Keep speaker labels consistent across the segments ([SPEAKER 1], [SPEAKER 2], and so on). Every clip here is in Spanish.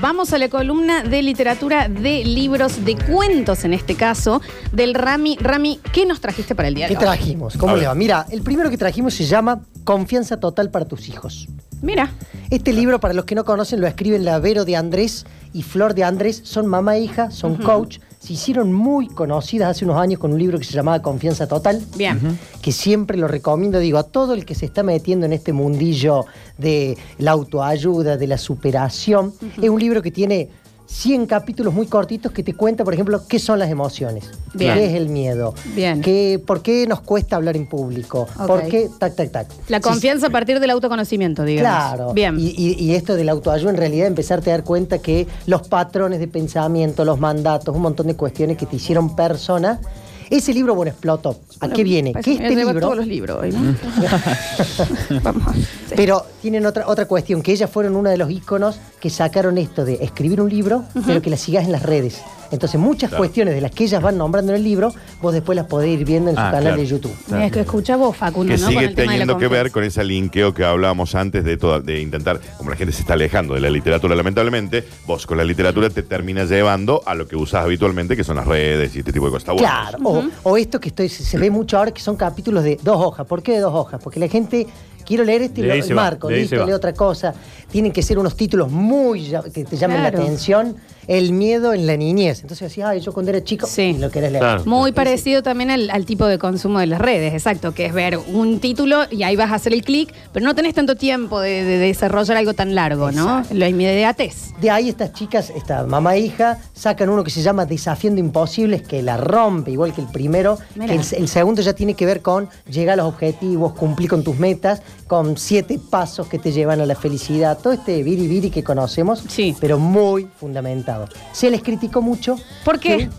[SPEAKER 1] Vamos a la columna de literatura de libros, de cuentos en este caso, del Rami. Rami, ¿qué nos trajiste para el día de
[SPEAKER 2] ¿Qué
[SPEAKER 1] hoy?
[SPEAKER 2] trajimos?
[SPEAKER 3] A
[SPEAKER 2] ¿Cómo
[SPEAKER 3] ver.
[SPEAKER 2] le va? Mira, el primero que trajimos se llama Confianza Total para tus hijos.
[SPEAKER 1] Mira,
[SPEAKER 2] Este libro, para los que no conocen, lo escriben la Vero de Andrés y Flor de Andrés. Son mamá e hija, son coach. Se hicieron muy conocidas hace unos años con un libro que se llamaba Confianza Total,
[SPEAKER 1] bien.
[SPEAKER 2] que siempre lo recomiendo, digo, a todo el que se está metiendo en este mundillo de la autoayuda, de la superación. Es un libro que tiene 100 capítulos muy cortitos que te cuenta, por ejemplo, qué son las emociones,
[SPEAKER 1] Bien.
[SPEAKER 2] qué es el miedo,
[SPEAKER 1] Bien.
[SPEAKER 2] qué- por qué nos cuesta hablar en público,
[SPEAKER 1] Ok.
[SPEAKER 2] por qué, tac, tac, tac.
[SPEAKER 1] La
[SPEAKER 2] Si-
[SPEAKER 1] confianza a partir del autoconocimiento, digamos.
[SPEAKER 2] Claro.
[SPEAKER 1] Bien.
[SPEAKER 2] Y, y- y esto del autoayuda, en realidad, empezarte a dar cuenta que los patrones de pensamiento, los mandatos, un montón de cuestiones que te hicieron persona. Ese libro, bueno, explotó. ¿A qué viene?
[SPEAKER 1] Parece
[SPEAKER 2] Que
[SPEAKER 1] me
[SPEAKER 2] este
[SPEAKER 1] llevo
[SPEAKER 2] libro.
[SPEAKER 1] todos los libros hoy, ¿no? Vamos. sí.
[SPEAKER 2] Pero tienen otra, otra cuestión, que ellas fueron uno de los íconos que sacaron esto de escribir un libro, pero que las sigas en las redes. Entonces muchas cuestiones de las que ellas van nombrando en el libro, vos después las podés ir viendo en su
[SPEAKER 3] Ah,
[SPEAKER 2] canal
[SPEAKER 3] claro.
[SPEAKER 2] de YouTube.
[SPEAKER 1] Es que escucha vos, Facundo,
[SPEAKER 3] que
[SPEAKER 1] ¿no?
[SPEAKER 3] sigue
[SPEAKER 1] Con el tema de la
[SPEAKER 3] teniendo que ver
[SPEAKER 1] confianza.
[SPEAKER 3] con ese linkeo que hablábamos antes de toda, de intentar, como la gente se está alejando de la literatura, lamentablemente, vos con la literatura te terminas llevando a lo que usás habitualmente, que son las redes y este tipo de cosas. Está bueno
[SPEAKER 2] Claro, o- o, esto que estoy, se ve mucho ahora que son capítulos de dos hojas. ¿Por qué de dos hojas? Porque la gente, quiero leer este y
[SPEAKER 4] De
[SPEAKER 2] lo
[SPEAKER 4] ahí
[SPEAKER 2] el
[SPEAKER 4] se va,
[SPEAKER 2] marco,
[SPEAKER 4] de ahí se
[SPEAKER 2] listo,
[SPEAKER 4] va.
[SPEAKER 2] leo otra cosa. Tienen que ser unos títulos muy ya- que te llamen
[SPEAKER 1] Claro.
[SPEAKER 2] la atención. El miedo en la niñez. Entonces decís, ay, yo cuando era chico,
[SPEAKER 1] Sí.
[SPEAKER 2] y lo querés leer.
[SPEAKER 4] Claro.
[SPEAKER 1] Muy parecido también al, al tipo de consumo de las redes, exacto, que es ver un título y ahí vas a hacer el clic, pero no tenés tanto tiempo de, de desarrollar algo tan largo, ¿no? La inmediatez.
[SPEAKER 2] De ahí estas chicas, esta mamá e hija, sacan uno que se llama Desafiando Imposibles, que la rompe, igual que el primero.
[SPEAKER 1] Mirá.
[SPEAKER 2] Que el, el segundo ya tiene que ver con llegar a los objetivos, cumplir con tus metas, con siete pasos que te llevan a la felicidad. Todo este viri-viri que conocemos,
[SPEAKER 1] Sí.
[SPEAKER 2] pero muy fundamentado. Se les criticó mucho.
[SPEAKER 1] ¿Por qué?
[SPEAKER 2] que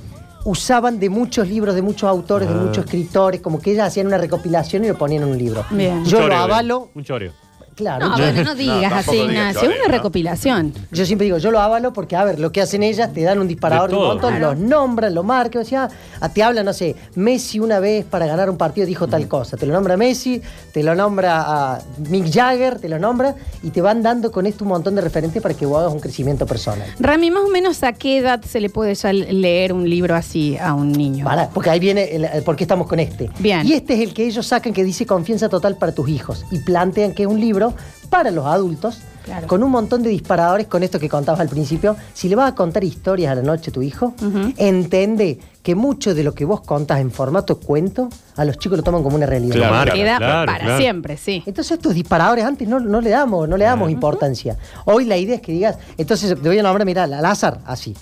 [SPEAKER 2] Usaban de muchos libros, de muchos autores, de muchos escritores, como que ellas hacían una recopilación y lo ponían en un libro.
[SPEAKER 1] Bien.
[SPEAKER 2] Yo lo
[SPEAKER 4] Choreo, eh.
[SPEAKER 2] avalo,
[SPEAKER 4] Un choreo.
[SPEAKER 2] claro.
[SPEAKER 1] No,
[SPEAKER 2] yo-
[SPEAKER 1] bueno, no digas
[SPEAKER 3] No,
[SPEAKER 1] así,
[SPEAKER 3] tampoco digas
[SPEAKER 1] Ignacio. Es
[SPEAKER 3] choreo,
[SPEAKER 1] una
[SPEAKER 3] ¿no?
[SPEAKER 1] recopilación.
[SPEAKER 2] Yo siempre digo, yo lo avalo porque, a ver, lo que hacen ellas, te dan un disparador
[SPEAKER 4] De
[SPEAKER 2] de un
[SPEAKER 4] todo.
[SPEAKER 2] montón,
[SPEAKER 1] Claro.
[SPEAKER 2] los nombran, lo marcan, o sea, a- te hablan, no sé, Messi una vez para ganar un partido dijo tal cosa, te lo nombra Messi, te lo nombra a Mick Jagger, te lo nombra, y te van dando con esto un montón de referentes para que vos hagas un crecimiento personal.
[SPEAKER 1] Rami, más o menos a qué edad se le puede ya leer un libro así a un niño.
[SPEAKER 2] Pará, porque ahí viene el, el por qué estamos con este.
[SPEAKER 1] Bien.
[SPEAKER 2] Y este es el que ellos sacan que dice confianza total para tus hijos y plantean que es un libro para los adultos.
[SPEAKER 1] Claro.
[SPEAKER 2] Con un montón de disparadores, con esto que contabas al principio, si le vas a contar historias a la noche a tu hijo, entende que mucho de lo que vos contás en formato cuento, a los chicos lo toman como una realidad.
[SPEAKER 4] Claro.
[SPEAKER 3] Claro,
[SPEAKER 1] Queda
[SPEAKER 4] claro,
[SPEAKER 1] para
[SPEAKER 4] claro.
[SPEAKER 1] siempre, sí.
[SPEAKER 2] Entonces estos disparadores antes no, no le damos, no le damos importancia. Hoy la idea es que digas, entonces te voy a nombrar, mirá, al azar, así.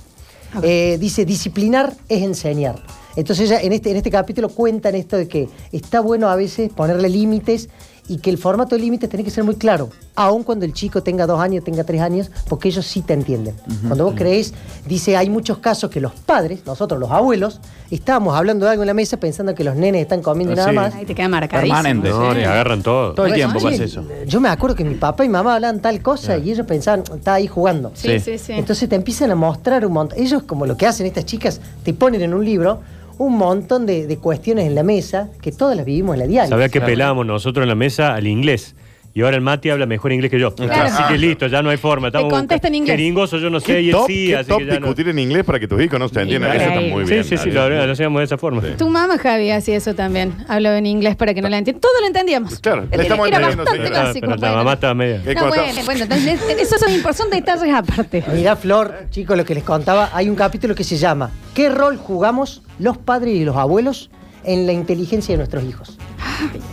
[SPEAKER 2] Eh, dice, disciplinar es enseñar. Entonces ella en este, en este capítulo cuentan esto de que está bueno a veces ponerle límites y que el formato de límites tiene que ser muy claro, aun cuando el chico tenga dos años, tenga tres años, porque ellos sí te entienden. Cuando vos crees, dice, hay muchos casos que los padres, nosotros los abuelos, estábamos hablando de algo en la mesa pensando que los nenes están comiendo
[SPEAKER 4] Ah,
[SPEAKER 2] nada
[SPEAKER 4] sí.
[SPEAKER 2] más.
[SPEAKER 1] Ahí te queda marcadísimo.
[SPEAKER 5] Permanente.
[SPEAKER 1] sí.
[SPEAKER 4] No, les agarran todo.
[SPEAKER 5] Todo el tiempo
[SPEAKER 1] sí.
[SPEAKER 5] pasa
[SPEAKER 2] Sí,
[SPEAKER 5] eso.
[SPEAKER 2] Pues, Yo me acuerdo que mi papá y mi mamá hablaban tal cosa y ellos pensaban, está ahí jugando.
[SPEAKER 1] Sí, sí,
[SPEAKER 5] Sí.
[SPEAKER 1] sí.
[SPEAKER 2] Entonces te empiezan a mostrar un montón. Ellos, como lo que hacen estas chicas, te ponen en un libro un montón de, de cuestiones en la mesa que todas las vivimos en la diaria.
[SPEAKER 4] Sabía que
[SPEAKER 5] Claro.
[SPEAKER 4] pelábamos nosotros en la mesa al inglés. Y ahora el Mati habla mejor inglés que yo.
[SPEAKER 1] Claro. Ah.
[SPEAKER 4] Así que listo, ya no hay forma.
[SPEAKER 1] Te
[SPEAKER 4] Estamos
[SPEAKER 1] contesta en inglés.
[SPEAKER 4] Jeringoso, yo no sé, y
[SPEAKER 3] ¿Qué
[SPEAKER 4] el
[SPEAKER 3] top,
[SPEAKER 4] sí,
[SPEAKER 3] qué
[SPEAKER 4] así
[SPEAKER 3] top
[SPEAKER 4] que ya no.
[SPEAKER 3] discutir en inglés para que tus hijos no se entiendan? Eso está muy bien.
[SPEAKER 4] Sí, sí, sí,
[SPEAKER 3] Daniel.
[SPEAKER 4] lo, lo hacíamos de esa forma.
[SPEAKER 1] Tu mamá, Javi, hacía eso también. Hablaba en inglés para que no la entiendan. Todo lo entendíamos.
[SPEAKER 3] Claro,
[SPEAKER 1] Él
[SPEAKER 3] la
[SPEAKER 1] tenía
[SPEAKER 3] estamos
[SPEAKER 1] que ir a
[SPEAKER 3] entendiendo,
[SPEAKER 1] bastante
[SPEAKER 3] señora.
[SPEAKER 4] Pero,
[SPEAKER 1] básico,
[SPEAKER 4] pero la
[SPEAKER 1] bueno.
[SPEAKER 4] mamá estaba media.
[SPEAKER 3] ¿Qué
[SPEAKER 1] No,
[SPEAKER 3] cosa?
[SPEAKER 1] bueno, bueno, entonces, esos son- son detalles aparte.
[SPEAKER 2] Mirá, Flor, chicos, lo que les contaba, hay un capítulo que se llama ¿Qué rol jugamos los padres y los abuelos en la inteligencia de nuestros hijos?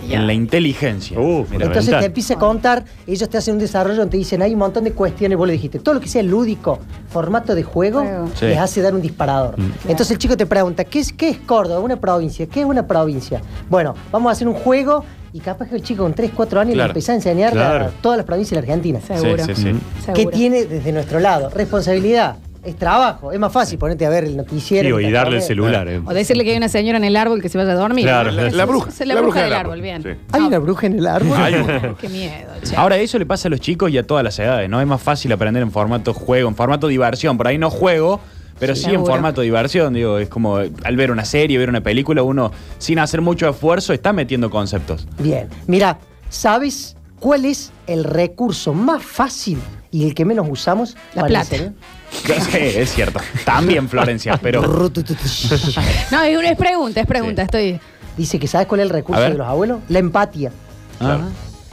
[SPEAKER 5] En la inteligencia.
[SPEAKER 4] Uh,
[SPEAKER 5] Mira,
[SPEAKER 4] mira.
[SPEAKER 2] Entonces te
[SPEAKER 4] Fundamental.
[SPEAKER 2] empieza a contar, ellos te hacen un desarrollo donde te dicen, hay un montón de cuestiones, vos le dijiste, todo lo que sea lúdico, formato de juego,
[SPEAKER 1] Juego.
[SPEAKER 5] Sí.
[SPEAKER 2] les hace dar un disparador.
[SPEAKER 4] Mm.
[SPEAKER 2] Entonces el chico te pregunta, ¿qué es, ¿qué es Córdoba? Una provincia, ¿qué es una provincia? Bueno, vamos a hacer un juego y capaz que el chico con 3, 4 años le
[SPEAKER 5] Claro.
[SPEAKER 2] empieza a enseñar la-
[SPEAKER 4] Claro.
[SPEAKER 2] todas las provincias de la Argentina.
[SPEAKER 1] Seguro. Mm.
[SPEAKER 5] Sí, sí, sí.
[SPEAKER 2] ¿Qué
[SPEAKER 1] Seguro.
[SPEAKER 2] tiene desde nuestro lado? Responsabilidad, es trabajo, es más fácil ponerte a ver el noticiero.
[SPEAKER 4] Digo, y
[SPEAKER 2] mientras
[SPEAKER 4] darle el
[SPEAKER 2] comes.
[SPEAKER 4] celular. eh.
[SPEAKER 1] O decirle que hay una señora en el árbol que se vaya a dormir.
[SPEAKER 4] Claro.
[SPEAKER 3] La, la bruja.
[SPEAKER 1] Se- la bruja del árbol, bien.
[SPEAKER 3] Sí.
[SPEAKER 2] ¿Hay una bruja en el árbol?
[SPEAKER 3] Hay una.
[SPEAKER 1] Qué miedo, che.
[SPEAKER 5] Ahora, eso le pasa a los chicos y a todas las edades, ¿no? Es más fácil aprender en formato juego, en formato diversión. Por ahí no juego, pero
[SPEAKER 1] Sí.
[SPEAKER 5] sí, en
[SPEAKER 1] Seguro.
[SPEAKER 5] formato diversión. Digo, es como eh, al ver una serie, ver una película, uno sin hacer mucho esfuerzo está metiendo conceptos.
[SPEAKER 2] Bien, mira, ¿sabes ¿Cuál es el recurso más fácil y el que menos usamos?
[SPEAKER 1] La
[SPEAKER 2] para eh? el
[SPEAKER 1] plata.
[SPEAKER 2] cerebro?
[SPEAKER 5] Yo sé, es cierto. También Florencia, pero.
[SPEAKER 1] No, es, una, es pregunta, es pregunta,
[SPEAKER 5] Sí.
[SPEAKER 1] estoy.
[SPEAKER 2] Dice que ¿sabes cuál es el recurso
[SPEAKER 5] A ver.
[SPEAKER 2] de los abuelos? La empatía.
[SPEAKER 5] Ah.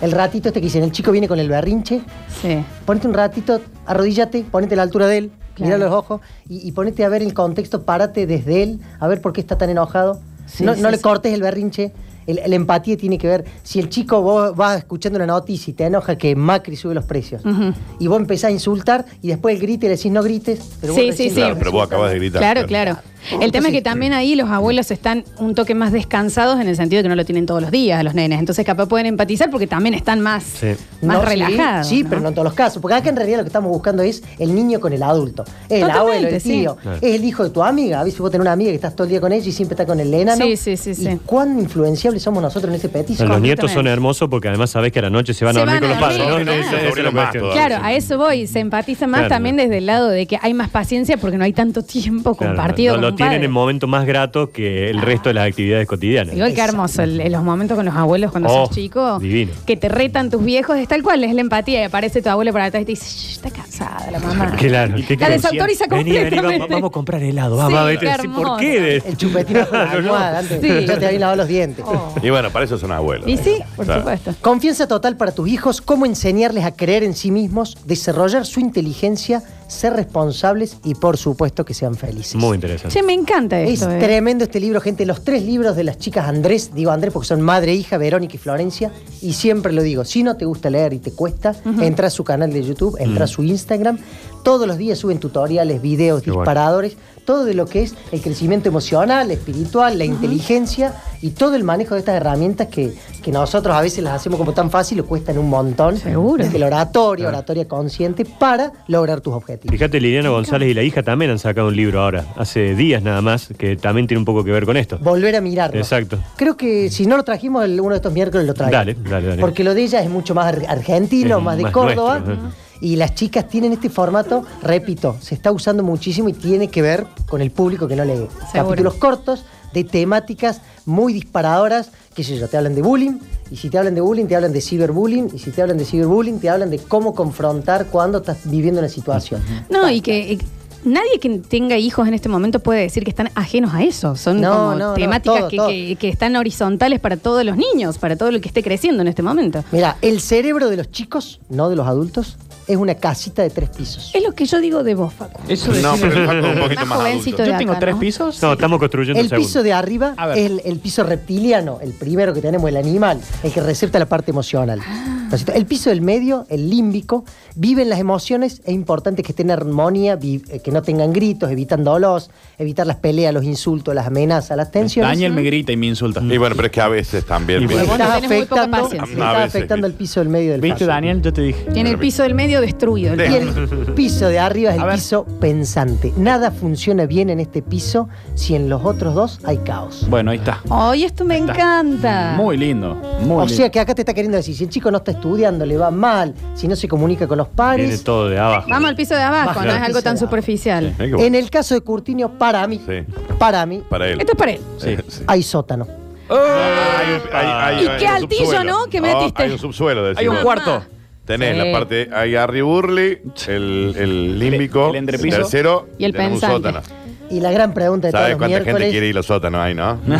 [SPEAKER 2] El ratito este que dicen, el chico viene con el berrinche,
[SPEAKER 1] Sí.
[SPEAKER 2] ponete un ratito, arrodíllate, ponete a la altura de él,
[SPEAKER 1] Claro.
[SPEAKER 2] mira los ojos y, y ponete a ver el contexto, párate desde él, a ver por qué está tan enojado.
[SPEAKER 1] Sí,
[SPEAKER 2] no
[SPEAKER 1] sí,
[SPEAKER 2] no le
[SPEAKER 1] sí.
[SPEAKER 2] cortes el berrinche. El, la empatía tiene que ver. Si el chico vos vas escuchando una noticia y te enoja que Macri sube los precios,
[SPEAKER 1] Ujú.
[SPEAKER 2] y vos empezás a insultar y después él grita y le decís no grites, pero vos
[SPEAKER 1] Sí,
[SPEAKER 2] recién-
[SPEAKER 1] sí, sí.
[SPEAKER 3] Claro, pero vos acabas de gritar.
[SPEAKER 1] Claro, claro. El tema es que también ahí los abuelos están un toque más descansados en el sentido de que no lo tienen todos los días a los nenes. Entonces capaz pueden empatizar porque también están más,
[SPEAKER 4] Sí.
[SPEAKER 1] más
[SPEAKER 2] No, sí,
[SPEAKER 1] relajados.
[SPEAKER 2] Sí, pero no en todos los casos. Porque acá en realidad lo que estamos buscando es el niño con el adulto. Es el
[SPEAKER 1] Totalmente,
[SPEAKER 2] abuelo, el
[SPEAKER 1] sí.
[SPEAKER 2] tío.
[SPEAKER 4] Claro.
[SPEAKER 2] Es el hijo de tu amiga. A veces vos tenés una amiga que estás todo el día con ella y siempre está con el enano.
[SPEAKER 1] Sí, sí, sí,
[SPEAKER 2] ¿Y
[SPEAKER 1] sí.
[SPEAKER 2] cuán influenciables somos nosotros en ese petiso?
[SPEAKER 4] Los
[SPEAKER 1] completamente.
[SPEAKER 4] nietos son hermosos porque además sabés que a la noche se van
[SPEAKER 1] Se
[SPEAKER 4] a
[SPEAKER 1] van
[SPEAKER 4] dormir con
[SPEAKER 1] a
[SPEAKER 4] los padres.
[SPEAKER 1] dormir, claro.
[SPEAKER 4] ¿no? Esa- esa es la
[SPEAKER 3] Sobrino más
[SPEAKER 4] cuestión.
[SPEAKER 3] todavía.
[SPEAKER 1] Claro, a eso voy. Se empatiza más
[SPEAKER 4] Claro.
[SPEAKER 1] también desde el lado de que hay más paciencia porque no hay tanto tiempo
[SPEAKER 4] Claro,
[SPEAKER 1] compartido. con Ah.
[SPEAKER 4] no, lo
[SPEAKER 1] un
[SPEAKER 4] tienen
[SPEAKER 1] padre.
[SPEAKER 4] en momentos más gratos que el resto de las actividades cotidianas.
[SPEAKER 1] Igual que hermoso el- el- los momentos con los abuelos cuando
[SPEAKER 4] Oh,
[SPEAKER 1] sos chico.
[SPEAKER 4] divino.
[SPEAKER 1] Que te retan tus viejos, es tal cual, es la empatía. Y aparece tu abuelo para atrás y te dice, "Shh, está cansada la mamá.
[SPEAKER 4] Claro,
[SPEAKER 1] ah. La
[SPEAKER 4] ¿qué querés?
[SPEAKER 1] desautoriza
[SPEAKER 4] Vení, vení,
[SPEAKER 1] completamente.
[SPEAKER 4] vamos, vamos a comprar helado. Vamos
[SPEAKER 1] Sí,
[SPEAKER 4] a ver,
[SPEAKER 1] qué
[SPEAKER 4] sí, ¿por qué?
[SPEAKER 1] hermoso.
[SPEAKER 2] El chupetín bajo la
[SPEAKER 4] No, no.
[SPEAKER 2] almohada antes.
[SPEAKER 1] Sí.
[SPEAKER 2] Ya te habían lavado los dientes.
[SPEAKER 1] Oh.
[SPEAKER 3] Y bueno, para eso son abuelos.
[SPEAKER 1] Y sí, por
[SPEAKER 3] Claro.
[SPEAKER 1] supuesto.
[SPEAKER 2] Confianza total para tus hijos, cómo enseñarles a creer en sí mismos, desarrollar su inteligencia, ser responsables y por supuesto que sean felices.
[SPEAKER 4] Muy interesante.
[SPEAKER 1] Che, me encanta
[SPEAKER 2] Es
[SPEAKER 1] esto. eh.
[SPEAKER 2] tremendo este libro, gente. Los tres libros de las chicas Andrés, digo Andrés porque son madre, hija, Verónica y Florencia. Y siempre lo digo, si no te gusta leer y te cuesta, entra a su canal de YouTube, entra a su Instagram. Todos los días suben tutoriales, videos,
[SPEAKER 4] bueno.
[SPEAKER 2] disparadores, todo de lo que es el crecimiento emocional, espiritual, la inteligencia y todo el manejo de estas herramientas que, que nosotros a veces las hacemos como tan fácil, lo cuestan un montón.
[SPEAKER 1] Seguro.
[SPEAKER 2] Desde la oratoria, oratoria consciente, para lograr tus objetivos.
[SPEAKER 4] Fíjate, Liliana González y la hija también han sacado un libro ahora, hace días nada más, que también tiene un poco que ver con esto.
[SPEAKER 2] Volver a mirarlo.
[SPEAKER 4] Exacto.
[SPEAKER 2] Creo que si no lo trajimos, el- uno de estos miércoles lo trae.
[SPEAKER 4] Dale, dale, dale.
[SPEAKER 2] Porque lo de ella es mucho más ar- argentino,
[SPEAKER 4] Es
[SPEAKER 2] más de
[SPEAKER 4] más
[SPEAKER 2] Córdoba.
[SPEAKER 4] nuestro, ajá.
[SPEAKER 2] Y las chicas tienen este formato, repito, se está usando muchísimo y tiene que ver con el público que no lee. Capítulos cortos de temáticas muy disparadoras, que sé yo, te hablan de bullying, y si te hablan de bullying, te hablan de ciberbullying, y si te hablan de ciberbullying, te hablan de cómo confrontar cuando estás viviendo una situación.
[SPEAKER 1] No, y que y- nadie que tenga hijos en este momento puede decir que están ajenos a eso. Son
[SPEAKER 2] No,
[SPEAKER 1] como
[SPEAKER 2] no, no,
[SPEAKER 1] temáticas
[SPEAKER 2] todo,
[SPEAKER 1] que,
[SPEAKER 2] todo.
[SPEAKER 1] que- que están horizontales para todos los niños, para todo lo que esté creciendo en este momento.
[SPEAKER 2] Mira, el cerebro de los chicos, no de los adultos, es una casita de tres pisos.
[SPEAKER 1] Es lo que yo digo de vos, Facu.
[SPEAKER 5] Eso
[SPEAKER 3] No, pero el Facu es un poquito
[SPEAKER 1] Más
[SPEAKER 3] más,
[SPEAKER 1] jovencito
[SPEAKER 3] adulto.
[SPEAKER 1] de
[SPEAKER 5] Yo tengo
[SPEAKER 1] acá,
[SPEAKER 5] tres
[SPEAKER 1] ¿no?
[SPEAKER 5] pisos.
[SPEAKER 4] No, estamos construyendo
[SPEAKER 2] El
[SPEAKER 4] un segundo.
[SPEAKER 2] piso de arriba
[SPEAKER 5] A ver.
[SPEAKER 2] es el, el piso reptiliano, el primero que tenemos, el animal, el que recepta la parte emocional.
[SPEAKER 1] Ah.
[SPEAKER 2] ¿No es cierto? El piso del medio, el límbico, viven las emociones, es importante que estén en armonía, vi- eh, que no tengan gritos, evitan dolor, evitar las peleas, los insultos, las amenazas, las tensiones.
[SPEAKER 5] Daniel me grita y me insulta.
[SPEAKER 3] Y bueno, pero es que a veces también.
[SPEAKER 4] Y
[SPEAKER 2] Estás
[SPEAKER 3] mira,
[SPEAKER 1] bueno, vos no tenés muy poca
[SPEAKER 2] afectando,
[SPEAKER 1] paciencia.
[SPEAKER 2] estás
[SPEAKER 3] A veces.
[SPEAKER 2] afectando el piso del medio del
[SPEAKER 5] ¿Viste,
[SPEAKER 2] paso.
[SPEAKER 5] Daniel? Yo te dije.
[SPEAKER 1] Tiene el piso del medio destruido. el
[SPEAKER 3] Sí.
[SPEAKER 2] Y
[SPEAKER 1] piso.
[SPEAKER 2] el piso de arriba es
[SPEAKER 5] A
[SPEAKER 2] el
[SPEAKER 5] ver.
[SPEAKER 2] piso pensante. Nada funciona bien en este piso si en los otros dos hay caos.
[SPEAKER 5] Bueno, ahí está.
[SPEAKER 1] Ay, esto me encanta.
[SPEAKER 5] Muy lindo. Muy
[SPEAKER 2] o
[SPEAKER 5] lindo.
[SPEAKER 2] sea que acá te está queriendo decir, si el chico no está estudiando, le va mal, si no se comunica con los
[SPEAKER 4] Viene
[SPEAKER 2] pares.
[SPEAKER 4] todo de abajo.
[SPEAKER 1] Vamos al piso de abajo,
[SPEAKER 2] Baja
[SPEAKER 1] no
[SPEAKER 2] al
[SPEAKER 1] es algo
[SPEAKER 2] piso
[SPEAKER 1] tan
[SPEAKER 2] de abajo.
[SPEAKER 1] superficial.
[SPEAKER 3] mira que bueno,
[SPEAKER 2] En el caso de Curtinio, para mí,
[SPEAKER 3] Sí.
[SPEAKER 2] para mí,
[SPEAKER 3] Para él.
[SPEAKER 1] Esto es para él.
[SPEAKER 5] Sí.
[SPEAKER 2] hay sótano.
[SPEAKER 3] Hay un- hay- hay-
[SPEAKER 1] Y
[SPEAKER 3] hay
[SPEAKER 1] qué
[SPEAKER 3] un
[SPEAKER 1] altillo,
[SPEAKER 3] subsuelo.
[SPEAKER 1] ¿no? Que me
[SPEAKER 3] No,
[SPEAKER 1] metiste.
[SPEAKER 3] Hay un subsuelo, decimos.
[SPEAKER 5] Hay un cuarto.
[SPEAKER 3] Tenés
[SPEAKER 1] Sí.
[SPEAKER 3] la parte, hay Harry Burley, el, el límbico,
[SPEAKER 5] el entrepiso.
[SPEAKER 3] tercero
[SPEAKER 1] Y el
[SPEAKER 3] tenemos un
[SPEAKER 1] pensante.
[SPEAKER 3] sótano.
[SPEAKER 2] Y la gran pregunta de todos
[SPEAKER 3] ¿Sabes
[SPEAKER 2] los
[SPEAKER 3] cuánta gente quiere
[SPEAKER 2] miércoles.
[SPEAKER 3] ir al sótano ahí, no?
[SPEAKER 1] No,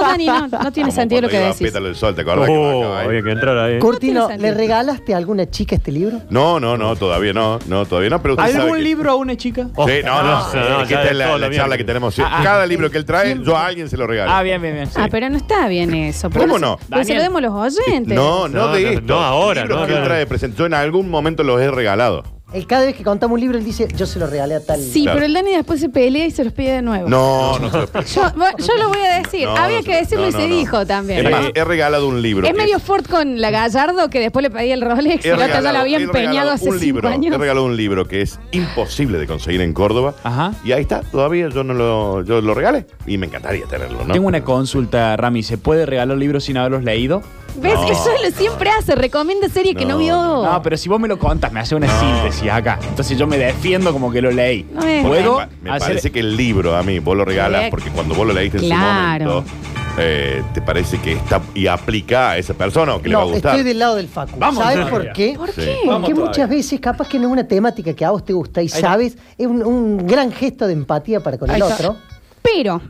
[SPEAKER 1] Dani, no, no tiene
[SPEAKER 3] Como
[SPEAKER 1] sentido lo
[SPEAKER 3] cuando
[SPEAKER 1] que
[SPEAKER 3] iba a
[SPEAKER 1] decís.
[SPEAKER 3] Pétalo del sol, ¿te acordás? que
[SPEAKER 4] Oh,
[SPEAKER 3] bajaba ahí?
[SPEAKER 4] había que entrar ahí.
[SPEAKER 1] No
[SPEAKER 2] Curtino,
[SPEAKER 1] tiene
[SPEAKER 2] ¿le
[SPEAKER 1] sentido.
[SPEAKER 2] regalaste a alguna chica este libro?
[SPEAKER 3] No, no, no, todavía no, no, todavía no, pero usted sabe
[SPEAKER 5] ¿Algún
[SPEAKER 3] que-
[SPEAKER 5] libro a una chica?
[SPEAKER 4] Oh,
[SPEAKER 3] Sí, no, no,
[SPEAKER 4] no, no,
[SPEAKER 3] es que
[SPEAKER 4] ya
[SPEAKER 3] esta
[SPEAKER 4] de
[SPEAKER 3] es la,
[SPEAKER 4] todo
[SPEAKER 3] la
[SPEAKER 4] lo
[SPEAKER 3] charla
[SPEAKER 4] bien.
[SPEAKER 3] que tenemos. Cada libro que él trae, yo a alguien se lo regalo.
[SPEAKER 5] Ah, bien, bien, bien. sí.
[SPEAKER 1] Ah, pero no está bien eso. ¿Por qué
[SPEAKER 3] ¿Cómo
[SPEAKER 1] se-
[SPEAKER 3] no?
[SPEAKER 1] Porque se lo
[SPEAKER 5] Daniel.
[SPEAKER 1] demos a los oyentes.
[SPEAKER 3] No, no,
[SPEAKER 4] No,
[SPEAKER 3] de
[SPEAKER 4] no,
[SPEAKER 3] esto.
[SPEAKER 4] no ahora,
[SPEAKER 3] Libros
[SPEAKER 4] no,
[SPEAKER 3] que
[SPEAKER 4] no,
[SPEAKER 3] él
[SPEAKER 4] no.
[SPEAKER 3] trae presente. Yo en algún momento los he regalado.
[SPEAKER 2] Él cada vez que contamos un libro, él dice, yo se lo regalé a tal.
[SPEAKER 1] Sí,
[SPEAKER 3] Claro.
[SPEAKER 1] pero el Dani después se pelea y se los pide de nuevo.
[SPEAKER 3] No, no se lo explico.
[SPEAKER 1] Yo, bueno, yo lo voy a decir.
[SPEAKER 3] No,
[SPEAKER 1] Había
[SPEAKER 3] no,
[SPEAKER 1] que decirlo
[SPEAKER 3] no,
[SPEAKER 1] y se
[SPEAKER 3] no, no.
[SPEAKER 1] dijo también.
[SPEAKER 3] Es más,
[SPEAKER 1] Eh,
[SPEAKER 3] he regalado un libro.
[SPEAKER 1] es
[SPEAKER 3] que
[SPEAKER 1] medio Ford con la Gallardo que después le pedí el Rolex y
[SPEAKER 3] he
[SPEAKER 1] la otra ya
[SPEAKER 3] regalado-
[SPEAKER 1] la había
[SPEAKER 3] he
[SPEAKER 1] empeñado
[SPEAKER 3] regalado
[SPEAKER 1] hace
[SPEAKER 3] un libro,
[SPEAKER 1] cinco años.
[SPEAKER 3] He regalado un libro que es imposible de conseguir en Córdoba.
[SPEAKER 5] Ajá.
[SPEAKER 3] Y ahí está, todavía yo no lo, yo lo regalé. Y me encantaría tenerlo, ¿no?
[SPEAKER 5] Tengo una consulta, Rami. ¿Se puede regalar libros sin haberlos leído?
[SPEAKER 1] ¿Ves?
[SPEAKER 3] No,
[SPEAKER 1] Eso lo siempre hace. Recomienda serie que no
[SPEAKER 3] No,
[SPEAKER 1] vio.
[SPEAKER 5] No, pero si vos me lo contas, me hace una síntesis acá. Entonces yo me defiendo como que lo leí.
[SPEAKER 1] No es-
[SPEAKER 5] ¿Puedo
[SPEAKER 3] Me, pa- me
[SPEAKER 5] hacer-
[SPEAKER 3] parece que el libro a mí, vos lo regalás,
[SPEAKER 1] Correcto.
[SPEAKER 3] porque cuando vos lo leíste en
[SPEAKER 1] Claro.
[SPEAKER 3] su momento, eh, te parece que está y aplica a esa persona o que le va a
[SPEAKER 2] No,
[SPEAKER 3] gustar.
[SPEAKER 2] estoy del lado del Facu.
[SPEAKER 5] Vamos
[SPEAKER 2] ¿Sabes
[SPEAKER 5] todavía.
[SPEAKER 2] por qué?
[SPEAKER 1] ¿Por
[SPEAKER 3] Sí.
[SPEAKER 1] qué?
[SPEAKER 5] Vamos
[SPEAKER 2] Porque
[SPEAKER 5] todavía.
[SPEAKER 2] muchas veces capaz que no es una temática que a vos te gusta y sabes, es un, un gran gesto de empatía para con
[SPEAKER 1] Ahí
[SPEAKER 2] el
[SPEAKER 1] está.
[SPEAKER 2] otro.
[SPEAKER 1] Pero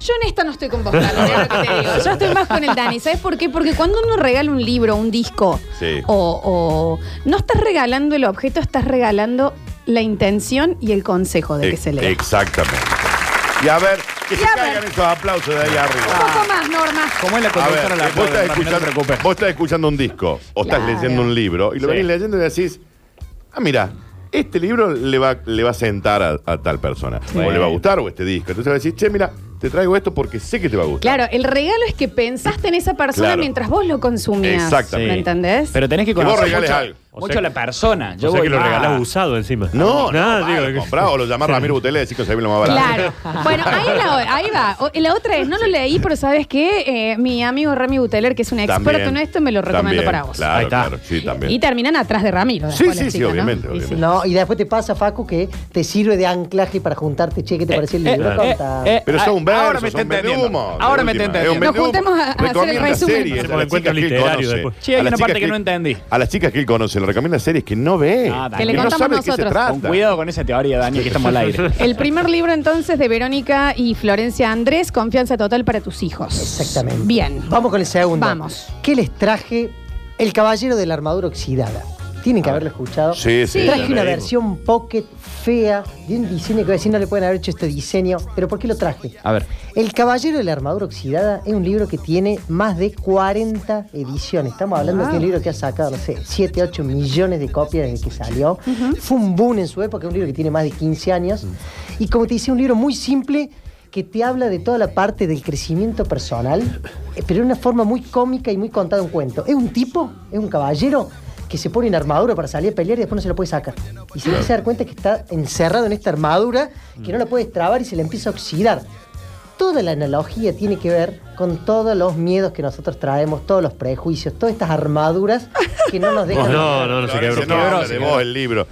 [SPEAKER 1] yo en esta no estoy con vos, Carlos, mirá lo que te digo. Yo estoy más con el Dani. ¿Sabes por qué? Porque cuando uno regala un libro, un disco,
[SPEAKER 3] Sí.
[SPEAKER 1] o, o- no estás regalando el objeto, estás regalando la intención y el consejo de que
[SPEAKER 3] Eh,
[SPEAKER 1] se lea.
[SPEAKER 3] Exactamente. Y a ver, que
[SPEAKER 1] Y
[SPEAKER 3] se
[SPEAKER 1] a
[SPEAKER 3] caigan
[SPEAKER 1] ver.
[SPEAKER 3] esos aplausos de ahí
[SPEAKER 1] Un
[SPEAKER 3] arriba.
[SPEAKER 1] poco más, Norma.
[SPEAKER 5] ¿Cómo es la
[SPEAKER 3] A ver,
[SPEAKER 5] conductora la
[SPEAKER 3] vos,
[SPEAKER 5] aplaude,
[SPEAKER 3] estás
[SPEAKER 5] Martín, no te
[SPEAKER 3] escuchando,
[SPEAKER 5] preocupes.
[SPEAKER 3] vos estás escuchando un disco o estás
[SPEAKER 1] Claro.
[SPEAKER 3] leyendo un libro y lo
[SPEAKER 5] Sí.
[SPEAKER 3] venís leyendo y decís, ah, mira, este libro le va, le va a sentar a, a tal persona. O
[SPEAKER 5] Bueno.
[SPEAKER 3] le va a gustar o este disco. Entonces vas a decir, che, mira, te traigo esto porque sé que te va a gustar.
[SPEAKER 1] Claro, el regalo es que pensaste en esa persona
[SPEAKER 3] Claro.
[SPEAKER 1] mientras vos lo consumías.
[SPEAKER 3] Exactamente.
[SPEAKER 1] ¿Me entendés?
[SPEAKER 5] Pero tenés
[SPEAKER 3] Que
[SPEAKER 5] que
[SPEAKER 3] vos
[SPEAKER 5] conocer
[SPEAKER 3] regales
[SPEAKER 5] mucho,
[SPEAKER 3] algo.
[SPEAKER 4] O
[SPEAKER 5] mucho
[SPEAKER 4] sea
[SPEAKER 5] a la
[SPEAKER 4] que-
[SPEAKER 5] persona. Yo
[SPEAKER 4] o sea
[SPEAKER 5] voy
[SPEAKER 4] que lo
[SPEAKER 5] ah,
[SPEAKER 4] regalás usado encima.
[SPEAKER 3] No, no,
[SPEAKER 4] Nada,
[SPEAKER 3] vale,
[SPEAKER 4] digo,
[SPEAKER 3] comprá, o lo llamás Ramiro Butele y decís que se lo más barato.
[SPEAKER 1] Claro. Bueno, ahí, la- ahí va. O- La otra es, no lo leí, pero ¿sabes qué? Eh, mi amigo Remy Buteler, que es un experto
[SPEAKER 3] También,
[SPEAKER 1] en esto, me lo recomiendo
[SPEAKER 3] también,
[SPEAKER 1] para vos.
[SPEAKER 3] Claro,
[SPEAKER 4] Ahí está.
[SPEAKER 3] claro, sí, también.
[SPEAKER 1] Y terminan atrás de Ramiro.
[SPEAKER 3] Sí,
[SPEAKER 1] después
[SPEAKER 3] sí,
[SPEAKER 1] las
[SPEAKER 3] sí,
[SPEAKER 1] chicas, ¿no?
[SPEAKER 3] obviamente,
[SPEAKER 1] Y sí.
[SPEAKER 3] obviamente.
[SPEAKER 2] No, y después te pasa, Facu, que te sirve de anclaje para juntarte, che, que te pareció el
[SPEAKER 5] eh,
[SPEAKER 2] libro.
[SPEAKER 5] eh,
[SPEAKER 2] Corta.
[SPEAKER 5] eh,
[SPEAKER 3] Pero son un verso,
[SPEAKER 5] Ahora me está
[SPEAKER 3] son
[SPEAKER 5] entendiendo.
[SPEAKER 3] vendehumo, de
[SPEAKER 5] Ahora me
[SPEAKER 3] última.
[SPEAKER 5] está
[SPEAKER 3] Es un
[SPEAKER 5] entendiendo.
[SPEAKER 1] Nos
[SPEAKER 3] vendehumo.
[SPEAKER 1] juntemos a- a hacer el
[SPEAKER 3] Recomienda
[SPEAKER 1] resumen.
[SPEAKER 3] series
[SPEAKER 4] Hacemos
[SPEAKER 3] a las
[SPEAKER 4] encuentro
[SPEAKER 3] chicas que él
[SPEAKER 4] literario
[SPEAKER 3] conoce.
[SPEAKER 4] después.
[SPEAKER 5] Che, hay
[SPEAKER 3] A las
[SPEAKER 5] una
[SPEAKER 3] chicas
[SPEAKER 5] parte que no
[SPEAKER 3] él-
[SPEAKER 5] entendí.
[SPEAKER 3] A las chicas que él conoce, le recomienda series que no ve.
[SPEAKER 5] Ah, dale.
[SPEAKER 1] Que le
[SPEAKER 3] no
[SPEAKER 1] contamos
[SPEAKER 3] sabe de qué se
[SPEAKER 1] nosotros.
[SPEAKER 3] trata.
[SPEAKER 5] Con cuidado con esa teoría, Dani, que estamos al aire.
[SPEAKER 1] El primer libro entonces de Verónica y Florencia Andrés, Confianza Total para tus hijos.
[SPEAKER 2] Exactamente.
[SPEAKER 1] Bien.
[SPEAKER 2] Vamos con el segundo.
[SPEAKER 1] Vamos.
[SPEAKER 2] ¿Qué les traje? El caballero de la armadura oxidada. Tienen que haberlo escuchado.
[SPEAKER 3] Sí, sí,
[SPEAKER 2] Traje una
[SPEAKER 3] la leímos.
[SPEAKER 2] versión pocket fea de un diseño que a decir no le pueden haber hecho este diseño. ¿Pero por qué lo traje?
[SPEAKER 5] A ver.
[SPEAKER 2] El Caballero de la Armadura Oxidada es un libro que tiene más de 40 ediciones. Estamos hablando de un libro que ha sacado, no sé, 7, 8 millones de copias desde que salió. Fue un boom en su época, un libro que tiene más de 15 años. Y como te decía, un libro muy simple que te habla de toda la parte del crecimiento personal, eh, pero de una forma muy cómica y muy contada un cuento. Es un tipo, es un caballero que se pone en armadura para salir a pelear y después no se la puede sacar. Y se empieza a dar cuenta que está encerrado en esta armadura, que no la puede trabar y se le empieza a oxidar. Toda la analogía tiene que ver con todos los miedos que nosotros traemos, todos los prejuicios, todas estas armaduras que no nos dejan.
[SPEAKER 4] No, no, no se
[SPEAKER 3] Florencia,
[SPEAKER 4] quebró.
[SPEAKER 3] No, habla de
[SPEAKER 5] Quebró,
[SPEAKER 3] vos el libro.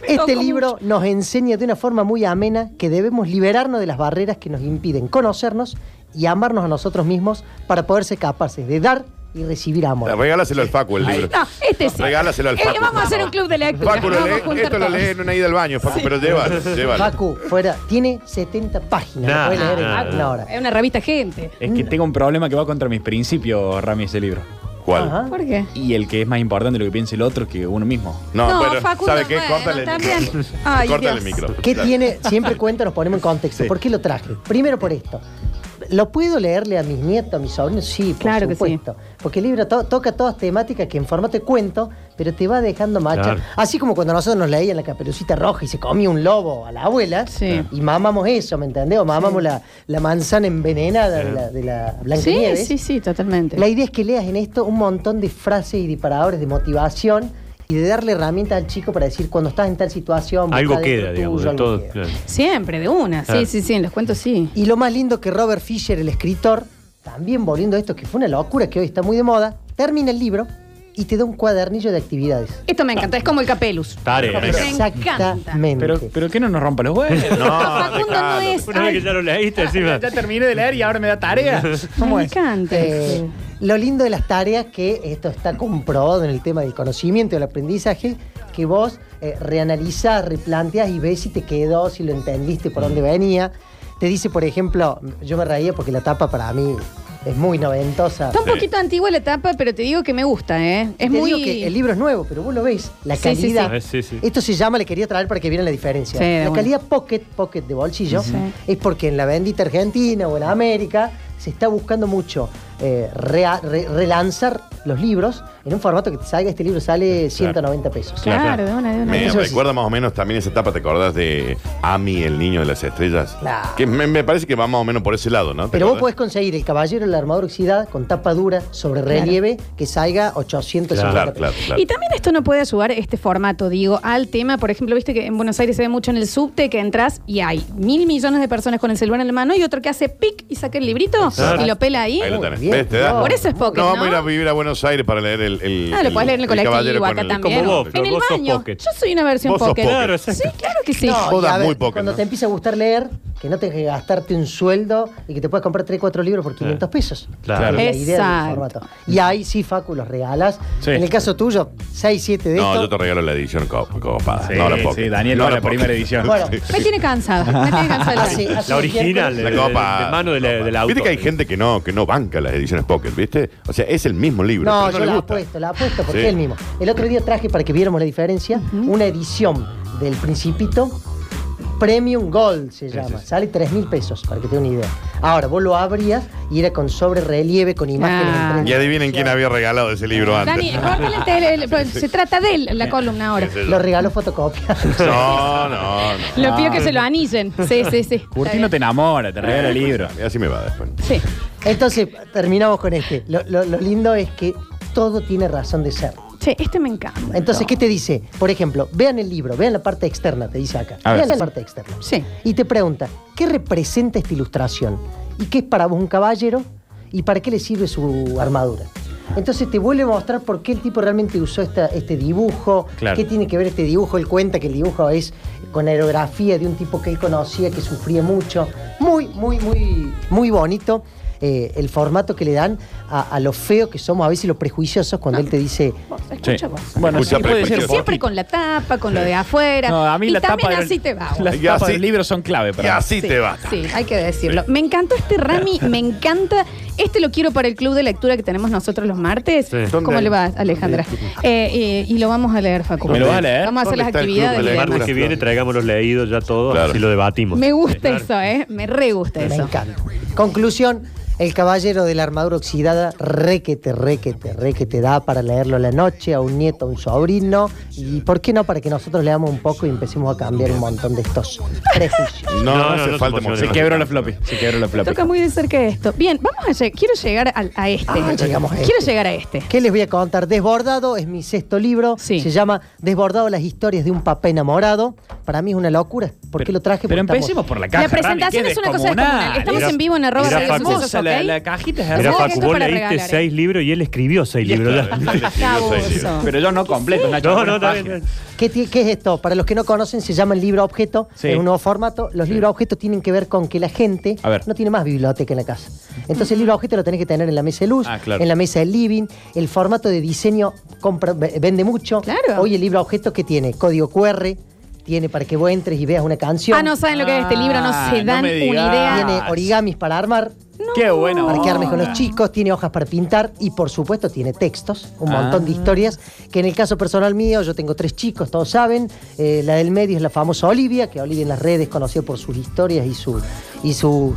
[SPEAKER 2] Este
[SPEAKER 1] tocó
[SPEAKER 2] libro nos enseña de una forma muy amena que debemos liberarnos de las barreras que nos impiden conocernos y amarnos a nosotros mismos para poder ser capaces de dar y recibir amor.
[SPEAKER 3] Regálaselo al Facu el libro.
[SPEAKER 1] No, este sí.
[SPEAKER 3] Regálaselo al
[SPEAKER 1] Eh,
[SPEAKER 3] Facu.
[SPEAKER 1] vamos a hacer un club de lectura.
[SPEAKER 3] Facu, lo
[SPEAKER 1] Vamos a
[SPEAKER 3] lee-
[SPEAKER 1] juntar
[SPEAKER 3] esto lo
[SPEAKER 1] todos.
[SPEAKER 3] lee en una ida al baño, Facu, pero llévalo, llévalo.
[SPEAKER 2] Facu, fuera, tiene 70 páginas,
[SPEAKER 4] Nah,
[SPEAKER 2] lo puedes leer
[SPEAKER 4] nah,
[SPEAKER 2] en
[SPEAKER 4] nah.
[SPEAKER 2] una hora.
[SPEAKER 1] Es una revista gente.
[SPEAKER 5] Es que tengo un problema que va contra mis principios, Rami, ese libro.
[SPEAKER 3] ¿Cuál?
[SPEAKER 2] Ajá.
[SPEAKER 1] ¿Por qué?
[SPEAKER 5] Y el que es más importante lo que piensa el otro que uno mismo.
[SPEAKER 3] No,
[SPEAKER 1] No,
[SPEAKER 3] pero
[SPEAKER 1] Facu,
[SPEAKER 3] ¿sabe
[SPEAKER 1] no,
[SPEAKER 3] qué?
[SPEAKER 1] bueno,
[SPEAKER 3] Córtale el
[SPEAKER 1] también.
[SPEAKER 3] micro.
[SPEAKER 1] Ay,
[SPEAKER 3] Córtale el
[SPEAKER 1] Dios.
[SPEAKER 3] micro.
[SPEAKER 2] ¿Qué
[SPEAKER 3] Dale.
[SPEAKER 2] tiene? Siempre cuento, nos ponemos en contexto.
[SPEAKER 3] Sí.
[SPEAKER 2] ¿Por qué lo traje? Primero por esto. ¿Lo puedo leerle a mis nietos, a mis sobrinos? Sí, por
[SPEAKER 1] Claro que
[SPEAKER 2] supuesto. Porque el libro to- toca todas temáticas que en formato de cuento, pero te va dejando macha.
[SPEAKER 4] Claro.
[SPEAKER 2] Así como cuando nosotros nos leían la caperucita roja y se comía un lobo a la abuela,
[SPEAKER 1] Sí.
[SPEAKER 2] y mamamos eso, ¿me entendés? O mamamos la, la manzana envenenada de la, de la Blancanieves.
[SPEAKER 1] Sí, sí, sí, totalmente.
[SPEAKER 2] Este. La idea es que leas en esto un montón de frases y disparadores de motivación y de darle herramientas al chico para decir cuando estás en tal situación. busca
[SPEAKER 4] Algo
[SPEAKER 2] dentro
[SPEAKER 4] queda, digamos,
[SPEAKER 2] tuyo,
[SPEAKER 4] de
[SPEAKER 2] algo
[SPEAKER 4] todo.
[SPEAKER 2] queda.
[SPEAKER 4] claro.
[SPEAKER 1] Siempre, de una.
[SPEAKER 4] Ah.
[SPEAKER 1] Sí, sí, sí, en los cuentos sí.
[SPEAKER 2] Y lo más lindo que Robert Fisher, el escritor, también volviendo a esto que fue una locura que hoy está muy de moda, termina el libro y te da un cuadernillo de actividades.
[SPEAKER 1] Esto me encanta, es como el capelus.
[SPEAKER 4] Tarea,
[SPEAKER 1] Me encanta.
[SPEAKER 2] Exactamente.
[SPEAKER 5] Pero,
[SPEAKER 1] pues.
[SPEAKER 5] pero que no nos rompa los huevos.
[SPEAKER 3] Ah,
[SPEAKER 1] Facundo no
[SPEAKER 3] dejalo.
[SPEAKER 1] es.
[SPEAKER 4] Una vez que ya lo leíste encima.
[SPEAKER 5] Ya terminé de leer y ahora me da tarea. ¿Cómo
[SPEAKER 1] Me
[SPEAKER 5] es?
[SPEAKER 1] encanta.
[SPEAKER 2] Eh,
[SPEAKER 1] Sí.
[SPEAKER 2] lo lindo de las tareas que esto está comprobado en el tema del conocimiento, del aprendizaje, que vos eh, reanalizás, replanteás y ves si te quedó, si lo entendiste, por dónde venía. Te dice, por ejemplo, yo me reía porque la tapa para mí es muy noventosa.
[SPEAKER 1] Está un
[SPEAKER 3] Sí.
[SPEAKER 1] poquito antigua la etapa, pero te digo que me gusta, ¿eh? Es
[SPEAKER 2] Te
[SPEAKER 1] muy.
[SPEAKER 2] digo que el libro es nuevo, pero vos lo ves, la
[SPEAKER 1] Sí, sí, sí.
[SPEAKER 2] calidad.
[SPEAKER 4] Eh, sí, sí.
[SPEAKER 2] Esto se llama, le quería traer para que vieran la diferencia.
[SPEAKER 1] Sí, de
[SPEAKER 2] la
[SPEAKER 1] una.
[SPEAKER 2] calidad pocket, pocket de bolsillo,
[SPEAKER 1] Sí.
[SPEAKER 2] es porque en la bendita Argentina o en América se está buscando mucho eh, rea- re- relanzar los libros en un formato que te salga, este libro sale 190 pesos.
[SPEAKER 1] Claro, de una, de una.
[SPEAKER 3] Me
[SPEAKER 2] Eso sí.
[SPEAKER 3] recuerda más o menos también esa etapa, ¿te acordás de Ami, el niño de las estrellas?
[SPEAKER 2] Claro.
[SPEAKER 3] Que me, me parece que va más o menos por ese lado, ¿no? ¿Te
[SPEAKER 2] Pero vos
[SPEAKER 3] acordás?
[SPEAKER 2] podés conseguir el caballero de la armadura oxidada con tapa dura sobre relieve que salga 850
[SPEAKER 3] Claro,
[SPEAKER 2] pesos.
[SPEAKER 3] claro, claro.
[SPEAKER 1] Y también esto no puede ayudar, este formato, digo, al tema. Por ejemplo, viste que en Buenos Aires se ve mucho en el subte que entras y hay mil millones de personas con el celular en la mano y otro que hace pic y saca el librito
[SPEAKER 4] Exacto.
[SPEAKER 1] y lo pela ahí.
[SPEAKER 3] Ahí lo
[SPEAKER 2] Muy
[SPEAKER 3] tenés.
[SPEAKER 2] bien.
[SPEAKER 3] ¿Ves? Te da-
[SPEAKER 2] No.
[SPEAKER 1] Por eso es pocket,
[SPEAKER 3] No,
[SPEAKER 1] ¿no?
[SPEAKER 3] vamos a ir a vivir a Buenos Aires para leer el. el
[SPEAKER 1] Ah, lo podés leer en el
[SPEAKER 3] caballero
[SPEAKER 1] colectivo
[SPEAKER 3] con
[SPEAKER 1] acá
[SPEAKER 3] el-
[SPEAKER 1] también.
[SPEAKER 4] Como vos,
[SPEAKER 1] en el
[SPEAKER 4] vos sos
[SPEAKER 1] baño.
[SPEAKER 4] pocket.
[SPEAKER 1] Yo soy una versión
[SPEAKER 3] Vos sos
[SPEAKER 1] pocket.
[SPEAKER 3] pocket. Claro,
[SPEAKER 4] exacto.
[SPEAKER 1] Sí, claro que sí.
[SPEAKER 2] No, y
[SPEAKER 3] Joda
[SPEAKER 2] a ver,
[SPEAKER 3] muy poco,
[SPEAKER 2] Cuando
[SPEAKER 3] ¿no?
[SPEAKER 2] te empieza a gustar leer, que no tengas que gastarte un sueldo y que te puedas comprar 3, 4 libros por 500 pesos.
[SPEAKER 4] Claro.
[SPEAKER 2] Que es la idea del
[SPEAKER 1] Exacto.
[SPEAKER 2] formato. Y ahí sí, Facu, los regalas.
[SPEAKER 5] Sí.
[SPEAKER 2] En el caso tuyo, 6, 7 de
[SPEAKER 3] No,
[SPEAKER 2] estos.
[SPEAKER 3] yo te regalo la edición co- copada.
[SPEAKER 5] Sí,
[SPEAKER 3] no la poca.
[SPEAKER 5] sí, Daniel,
[SPEAKER 3] no
[SPEAKER 5] la primera edición.
[SPEAKER 2] Bueno,
[SPEAKER 1] Me tiene cansada. Me tiene cansada.
[SPEAKER 2] Así,
[SPEAKER 1] la-
[SPEAKER 2] así
[SPEAKER 4] La original, eh, de,
[SPEAKER 3] La
[SPEAKER 4] de-
[SPEAKER 3] copa.
[SPEAKER 4] de mano de la, del autor.
[SPEAKER 3] Viste que hay gente que no, que no banca las ediciones pocket, ¿viste? O sea, es el mismo libro.
[SPEAKER 2] No, yo
[SPEAKER 3] pero le
[SPEAKER 2] la
[SPEAKER 3] gusta.
[SPEAKER 2] apuesto, la apuesto porque
[SPEAKER 3] Sí.
[SPEAKER 2] es el mismo. El otro día traje para que viéramos la diferencia una edición del Principito Premium Gold se llama. Sale 3 mil pesos, para que te dé una idea. Ahora, vos lo abrías y era con sobre relieve, con imágenes.
[SPEAKER 1] Ah.
[SPEAKER 2] en tres
[SPEAKER 3] Y adivinen quién había regalado ese libro antes.
[SPEAKER 1] Dani, córtale el tele- el- pues, se trata de él, la columna ahora.
[SPEAKER 3] Qué sé yo.
[SPEAKER 2] Lo regaló fotocopia.
[SPEAKER 3] No, no, no.
[SPEAKER 1] Lo pido que se lo anillen. Sí, sí, sí.
[SPEAKER 5] Curtino te enamora, te regala el libro.
[SPEAKER 3] Y Eh, así me va después.
[SPEAKER 1] Sí.
[SPEAKER 2] Entonces, terminamos con este. Lo, lo- lo lindo es que todo tiene razón de ser.
[SPEAKER 1] Che, este me encanta.
[SPEAKER 2] Entonces, ¿qué te dice? Por ejemplo, vean el libro, vean la parte externa, te dice acá.
[SPEAKER 5] A ver.
[SPEAKER 2] vean la parte externa.
[SPEAKER 1] Sí.
[SPEAKER 2] Y te pregunta, ¿qué representa esta ilustración? ¿Y qué es para vos un caballero? ¿Y para qué le sirve su armadura? Entonces te vuelve a mostrar por qué el tipo realmente usó esta- este dibujo,
[SPEAKER 5] Claro.
[SPEAKER 2] qué tiene que ver este dibujo. Él cuenta que el dibujo es con aerografía de un tipo que él conocía, que sufría mucho. Muy, muy, muy, muy bonito eh, el formato que le dan a, a lo feo que somos, a veces los prejuiciosos,
[SPEAKER 5] Ah.
[SPEAKER 2] cuando él te dice,
[SPEAKER 1] Vos, pues. escucha
[SPEAKER 5] Sí.
[SPEAKER 1] vos.
[SPEAKER 5] Bueno,
[SPEAKER 3] Escucha
[SPEAKER 5] sí, puede ser
[SPEAKER 3] prejuicioso.
[SPEAKER 5] un
[SPEAKER 1] Siempre
[SPEAKER 5] poquito.
[SPEAKER 1] con la tapa, con lo de afuera.
[SPEAKER 5] No, a mí
[SPEAKER 1] y
[SPEAKER 5] la
[SPEAKER 1] también
[SPEAKER 5] tapa del-
[SPEAKER 1] así te va. vos.
[SPEAKER 5] Las
[SPEAKER 3] Y
[SPEAKER 5] tapas
[SPEAKER 3] así-
[SPEAKER 5] del libro son clave
[SPEAKER 3] Y
[SPEAKER 5] para
[SPEAKER 3] así te va.
[SPEAKER 1] Sí, hay que decirlo. Me encantó este Rami, me encanta. Este lo quiero para el club de lectura que tenemos nosotros los martes.
[SPEAKER 4] Sí.
[SPEAKER 1] ¿Cómo
[SPEAKER 3] ¿Dónde?
[SPEAKER 1] le vas, Alejandra? Eh, eh, y lo vamos a leer, Facu.
[SPEAKER 5] ¿Me lo vas a leer?
[SPEAKER 1] Vamos a hacer
[SPEAKER 3] ¿Dónde
[SPEAKER 1] las
[SPEAKER 3] está el club
[SPEAKER 1] actividades.
[SPEAKER 3] de
[SPEAKER 1] y
[SPEAKER 4] El
[SPEAKER 1] demás.
[SPEAKER 4] martes que viene traigamos los leídos ya todos,
[SPEAKER 3] Claro.
[SPEAKER 4] así lo debatimos.
[SPEAKER 1] Me gusta eso, ¿eh? Me re gusta
[SPEAKER 2] me
[SPEAKER 1] eso.
[SPEAKER 2] encanta. Conclusión, el caballero de la armadura oxidada, re que te, re que te, re que te da para leerlo a la noche, a un nieto, a un sobrino. ¿Y por qué no? Para que nosotros leamos un poco y empecemos a cambiar un montón de estos prejuicios.
[SPEAKER 3] No,
[SPEAKER 4] No,
[SPEAKER 3] no,
[SPEAKER 4] no,
[SPEAKER 3] hace
[SPEAKER 4] no
[SPEAKER 3] falta
[SPEAKER 4] se emociona.
[SPEAKER 5] Se
[SPEAKER 3] emocionar.
[SPEAKER 5] quebró la floppy. Se quebró la floppy.
[SPEAKER 1] Toca muy de cerca esto. Bien, vamos a lleg- quiero llegar al- a, este.
[SPEAKER 2] Ah, llegamos a este.
[SPEAKER 1] Quiero llegar a este.
[SPEAKER 2] ¿Qué les voy a contar? Desbordado es mi sexto libro.
[SPEAKER 1] Sí.
[SPEAKER 2] Se llama Desbordado las historias de un papá enamorado. Para mí es una locura. ¿Por qué lo traje?
[SPEAKER 5] Pero
[SPEAKER 2] Porque estamos-
[SPEAKER 5] empecemos por la caja.
[SPEAKER 1] La presentación
[SPEAKER 5] Rami,
[SPEAKER 1] es una
[SPEAKER 5] qué
[SPEAKER 1] cosa descomunal.
[SPEAKER 5] descomunal.
[SPEAKER 1] Estamos
[SPEAKER 5] Era-
[SPEAKER 1] en vivo en arroba
[SPEAKER 5] era
[SPEAKER 4] Radio
[SPEAKER 5] fabulosa,
[SPEAKER 1] Sucesos,
[SPEAKER 5] la,
[SPEAKER 1] ¿ok?
[SPEAKER 5] la cajita es
[SPEAKER 4] Mira,
[SPEAKER 1] Era Saben que
[SPEAKER 5] hermosa.
[SPEAKER 4] Facu,
[SPEAKER 1] esto
[SPEAKER 4] vos
[SPEAKER 1] para
[SPEAKER 4] leíste
[SPEAKER 1] regalar, ¿eh?
[SPEAKER 4] seis libros y él escribió seis libros. ya.
[SPEAKER 3] Claro, él escribió seis libros.
[SPEAKER 1] Fabuloso.
[SPEAKER 5] Pero yo no completo, Nacho.
[SPEAKER 4] No,
[SPEAKER 5] algunas
[SPEAKER 4] no, también.
[SPEAKER 5] páginas.
[SPEAKER 2] ¿Qué, ti- qué es esto? Para los que no conocen, se llama el libro objeto.
[SPEAKER 5] Sí.
[SPEAKER 2] Es un nuevo formato. Los libros objeto tienen que ver con que la gente
[SPEAKER 5] A ver.
[SPEAKER 2] no tiene más biblioteca en la casa. Entonces, el libro objeto lo tenés que tener en la mesa de luz,
[SPEAKER 5] Ah, claro.
[SPEAKER 2] en la mesa de living. El formato de diseño compra- ve- vende mucho.
[SPEAKER 1] Claro.
[SPEAKER 2] Hoy el libro objeto que tiene código QR, tiene para que vos entres y veas una canción.
[SPEAKER 1] Ah, no saben lo que es este libro, no
[SPEAKER 5] Ah,
[SPEAKER 1] se
[SPEAKER 5] no
[SPEAKER 1] dan
[SPEAKER 5] me digas.
[SPEAKER 1] una idea.
[SPEAKER 2] Tiene origamis para armar.
[SPEAKER 5] Qué bueno. Ah.
[SPEAKER 2] Para quedarme con los
[SPEAKER 5] onda.
[SPEAKER 2] chicos, tiene hojas para pintar y por supuesto tiene textos, un
[SPEAKER 5] Ah.
[SPEAKER 2] montón de historias, que en el caso personal mío, yo tengo tres chicos, todos saben, eh, la del medio es la famosa Olivia, que Olivia en las redes conoció por sus historias y su y sus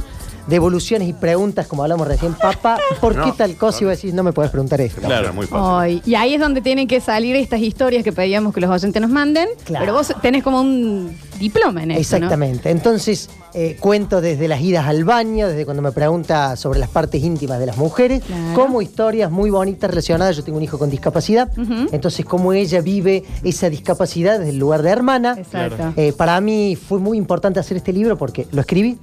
[SPEAKER 2] devoluciones y preguntas, como hablamos recién, papá, ¿por qué
[SPEAKER 3] No.
[SPEAKER 2] tal cosa? Y vos decís, no me puedes preguntar esto.
[SPEAKER 3] Claro, muy fácil.
[SPEAKER 1] Ay, y ahí es donde tienen que salir estas historias que pedíamos que los oyentes nos manden.
[SPEAKER 2] Claro.
[SPEAKER 1] Pero vos tenés como un diploma en eso.
[SPEAKER 2] Exactamente. Entonces, eh, cuento desde las idas al baño, desde cuando me pregunta sobre las partes íntimas de las mujeres,
[SPEAKER 1] Claro.
[SPEAKER 2] como historias muy bonitas relacionadas. Yo tengo un hijo con discapacidad, entonces, cómo ella vive esa discapacidad desde el lugar de hermana.
[SPEAKER 1] Exacto.
[SPEAKER 2] Eh, para mí fue muy importante hacer este libro porque lo escribí.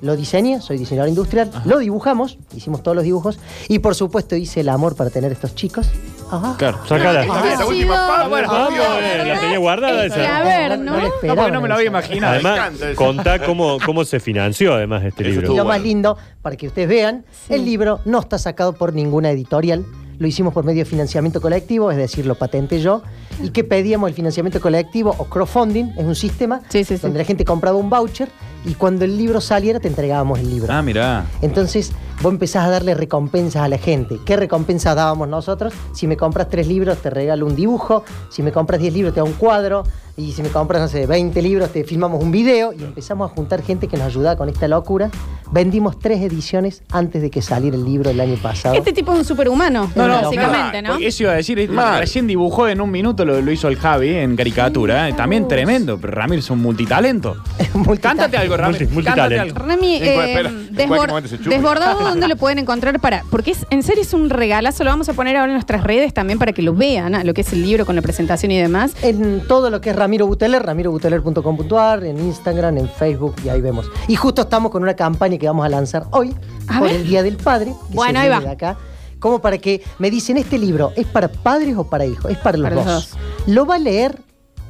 [SPEAKER 2] Lo diseñé, soy diseñador industrial, lo dibujamos, hicimos todos los dibujos y por supuesto hice el amor para tener estos chicos.
[SPEAKER 1] Ah.
[SPEAKER 2] Ajá.
[SPEAKER 5] Claro.
[SPEAKER 3] Está bien,
[SPEAKER 1] Sacala.
[SPEAKER 3] la última parte, por Dios.
[SPEAKER 4] eh, la tenía guardada
[SPEAKER 1] Es
[SPEAKER 4] esa.
[SPEAKER 1] que, A ver,
[SPEAKER 2] No,
[SPEAKER 1] ¿no?
[SPEAKER 2] no le
[SPEAKER 5] No, porque no me lo había
[SPEAKER 2] Esperaban eso.
[SPEAKER 5] imaginado.
[SPEAKER 4] Además,
[SPEAKER 3] encanta eso.
[SPEAKER 4] contá cómo, cómo se financió además este
[SPEAKER 3] Eso
[SPEAKER 4] libro.
[SPEAKER 2] Y lo
[SPEAKER 3] Bueno.
[SPEAKER 2] más lindo, para que ustedes vean,
[SPEAKER 1] Sí.
[SPEAKER 2] el libro no está sacado por ninguna editorial. Lo hicimos por medio de financiamiento colectivo, es decir, lo patenté yo. ¿Y qué pedíamos? El financiamiento colectivo o crowdfunding, es un sistema
[SPEAKER 1] Sí, sí, sí.
[SPEAKER 2] donde la gente compraba un voucher y cuando el libro saliera te entregábamos el libro.
[SPEAKER 5] Ah, mirá.
[SPEAKER 2] Entonces vos empezás a darle recompensas a la gente. ¿Qué recompensas dábamos nosotros? Si me compras tres libros te regalo un dibujo, si me compras 10 libros te da un cuadro, y si me compras, no sé, 20 libros te filmamos un video y empezamos a juntar gente que nos ayudaba con esta locura. Vendimos tres ediciones antes de que saliera el libro el año pasado.
[SPEAKER 1] Este tipo es un superhumano, básicamente, ¿no?
[SPEAKER 5] porque Eso iba a decir, eh,
[SPEAKER 3] Mal.
[SPEAKER 5] recién dibujó en un minuto, lo, lo hizo el Javi en caricatura. eh, También tremendo, pero Ramiro es un multitalento.
[SPEAKER 2] Multitalento.
[SPEAKER 5] Cántate algo, Ramiro.
[SPEAKER 4] Multi-
[SPEAKER 5] Cántate
[SPEAKER 4] multitalento.
[SPEAKER 5] algo.
[SPEAKER 1] Rami,
[SPEAKER 3] En cua-
[SPEAKER 1] eh,
[SPEAKER 3] espera, en cualquier
[SPEAKER 1] desbor-
[SPEAKER 3] momento se chupa.
[SPEAKER 1] desbordado, ¿dónde lo pueden encontrar? para Porque es, en serio es un regalazo, lo vamos a poner ahora en nuestras redes también para que lo vean, ah, lo que es el libro con la presentación y demás.
[SPEAKER 2] En todo lo que es Ramiro Buteler, ramirobuteler.com.ar, en Instagram, en Facebook, y ahí vemos. Y justo estamos con una campaña que vamos a lanzar hoy,
[SPEAKER 1] A
[SPEAKER 2] por
[SPEAKER 1] ver.
[SPEAKER 2] el Día del Padre. que
[SPEAKER 1] Bueno,
[SPEAKER 2] se
[SPEAKER 1] ahí
[SPEAKER 2] viene
[SPEAKER 1] va.
[SPEAKER 2] de acá, como para que me dicen, ¿este libro es para padres o para hijos? Es para los,
[SPEAKER 1] Para los
[SPEAKER 2] dos. Lo va a leer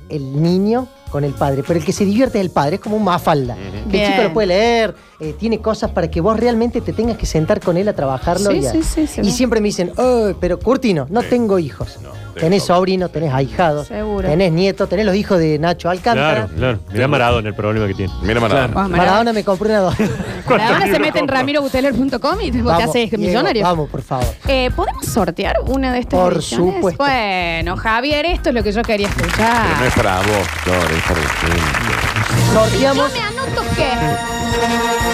[SPEAKER 2] el niño con el padre, pero el que se divierte es el padre, es como un mafalda. El
[SPEAKER 1] Bien.
[SPEAKER 2] chico lo puede leer, eh, tiene cosas para que vos realmente te tengas que sentar con él a trabajarlo.
[SPEAKER 1] Sí,
[SPEAKER 2] y, a-
[SPEAKER 1] sí, sí, se
[SPEAKER 2] y
[SPEAKER 1] ve.
[SPEAKER 2] siempre me dicen, "Ay, pero Curtino, no
[SPEAKER 3] Sí.
[SPEAKER 2] tengo hijos.
[SPEAKER 3] No,
[SPEAKER 2] tenés
[SPEAKER 3] tenés
[SPEAKER 2] sobrinos, tenés ahijados,
[SPEAKER 1] Seguro.
[SPEAKER 2] tenés nietos, tenés los hijos de Nacho Alcántara.
[SPEAKER 4] Claro, claro. Mirá Maradona el problema que tiene.
[SPEAKER 3] Mira Maradona.
[SPEAKER 1] Vamos, Maradona.
[SPEAKER 2] Maradona me compró una dos.
[SPEAKER 1] Maradona se
[SPEAKER 4] libros
[SPEAKER 1] mete en
[SPEAKER 4] compra?
[SPEAKER 1] ramirobuteler.com y te
[SPEAKER 2] Vamos,
[SPEAKER 1] haces
[SPEAKER 2] Diego,
[SPEAKER 1] millonario.
[SPEAKER 2] Vamos, por favor.
[SPEAKER 1] Eh, ¿Podemos sortear una de estas
[SPEAKER 2] Por
[SPEAKER 1] ediciones?
[SPEAKER 2] supuesto.
[SPEAKER 1] Bueno, Javier, esto es lo que yo quería escuchar.
[SPEAKER 3] Pero no es para vos, Flor, es para la gente.
[SPEAKER 1] Yo
[SPEAKER 2] Sorteamos
[SPEAKER 1] me anoto que.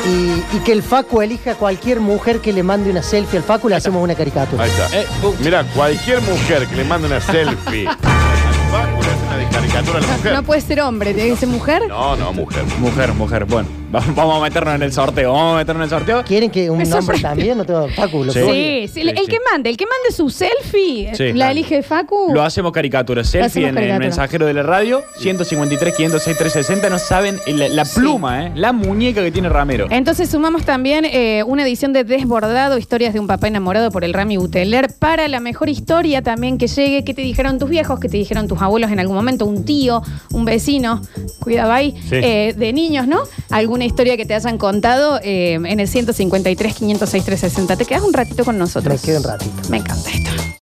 [SPEAKER 2] y, y que el Facu elija a cualquier mujer que le mande una selfie al Facu, le hacemos una caricatura.
[SPEAKER 3] Ahí está.
[SPEAKER 5] Eh, ups.
[SPEAKER 3] Mira, cualquier mujer que le mande una selfie. al Facu, le hace una de caricatura a la mujer.
[SPEAKER 1] No puede ser hombre, tiene que ser mujer.
[SPEAKER 3] No, no, mujer.
[SPEAKER 5] Mujer, mujer. Bueno, va- vamos a meternos en el sorteo. Vamos a meternos en el sorteo.
[SPEAKER 2] ¿Quieren que un
[SPEAKER 1] Me
[SPEAKER 2] nombre
[SPEAKER 1] sorprende.
[SPEAKER 2] también? No tengo Facu, lo
[SPEAKER 5] Sí.
[SPEAKER 2] que vos digas.
[SPEAKER 1] Sí, sí, el
[SPEAKER 5] Sí, sí.
[SPEAKER 1] que mande, el que mande su selfie,
[SPEAKER 5] Sí,
[SPEAKER 1] la
[SPEAKER 5] claro.
[SPEAKER 1] elige Facu.
[SPEAKER 5] Lo hacemos caricatura. Selfie
[SPEAKER 1] Uh. hacemos
[SPEAKER 5] en el
[SPEAKER 1] caricatura.
[SPEAKER 5] mensajero de la radio. 153, 506, 360. No saben la, la pluma, ¿eh? La muñeca que tiene Ramero.
[SPEAKER 1] Entonces sumamos también eh, una edición de Desbordado, historias de un papá enamorado por el Rami Buteler, para la mejor historia también que llegue, que te dijeron tus viejos, que te dijeron tus abuelos en algún momento, un tío, un vecino, cuidado ahí,
[SPEAKER 4] Sí.
[SPEAKER 1] eh, de niños, ¿no? Alguna historia que te hayan contado eh, en el 153, 506, 360. Te quedas un ratito con nosotros.
[SPEAKER 2] Me quedo un ratito.
[SPEAKER 1] Me encanta esto.